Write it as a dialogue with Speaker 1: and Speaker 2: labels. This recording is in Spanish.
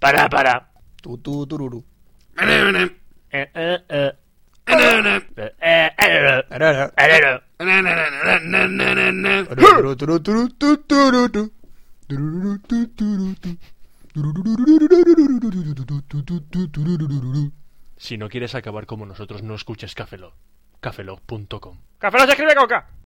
Speaker 1: Para, para.
Speaker 2: Tu, tu, tururu.
Speaker 1: Eh, eh, eh. Eh, eh, eh, eh.
Speaker 2: Tarara.
Speaker 1: Arero.
Speaker 2: Tururu, tururu, tururu, tu, tururu, tu. Tururu, tu, tururu, tu. Tururururururururururu, tu, tu, tu, turururururu.
Speaker 3: Si no quieres acabar como nosotros, no escuches Cafelo. Cafelog.com
Speaker 1: Café no se escribe con K.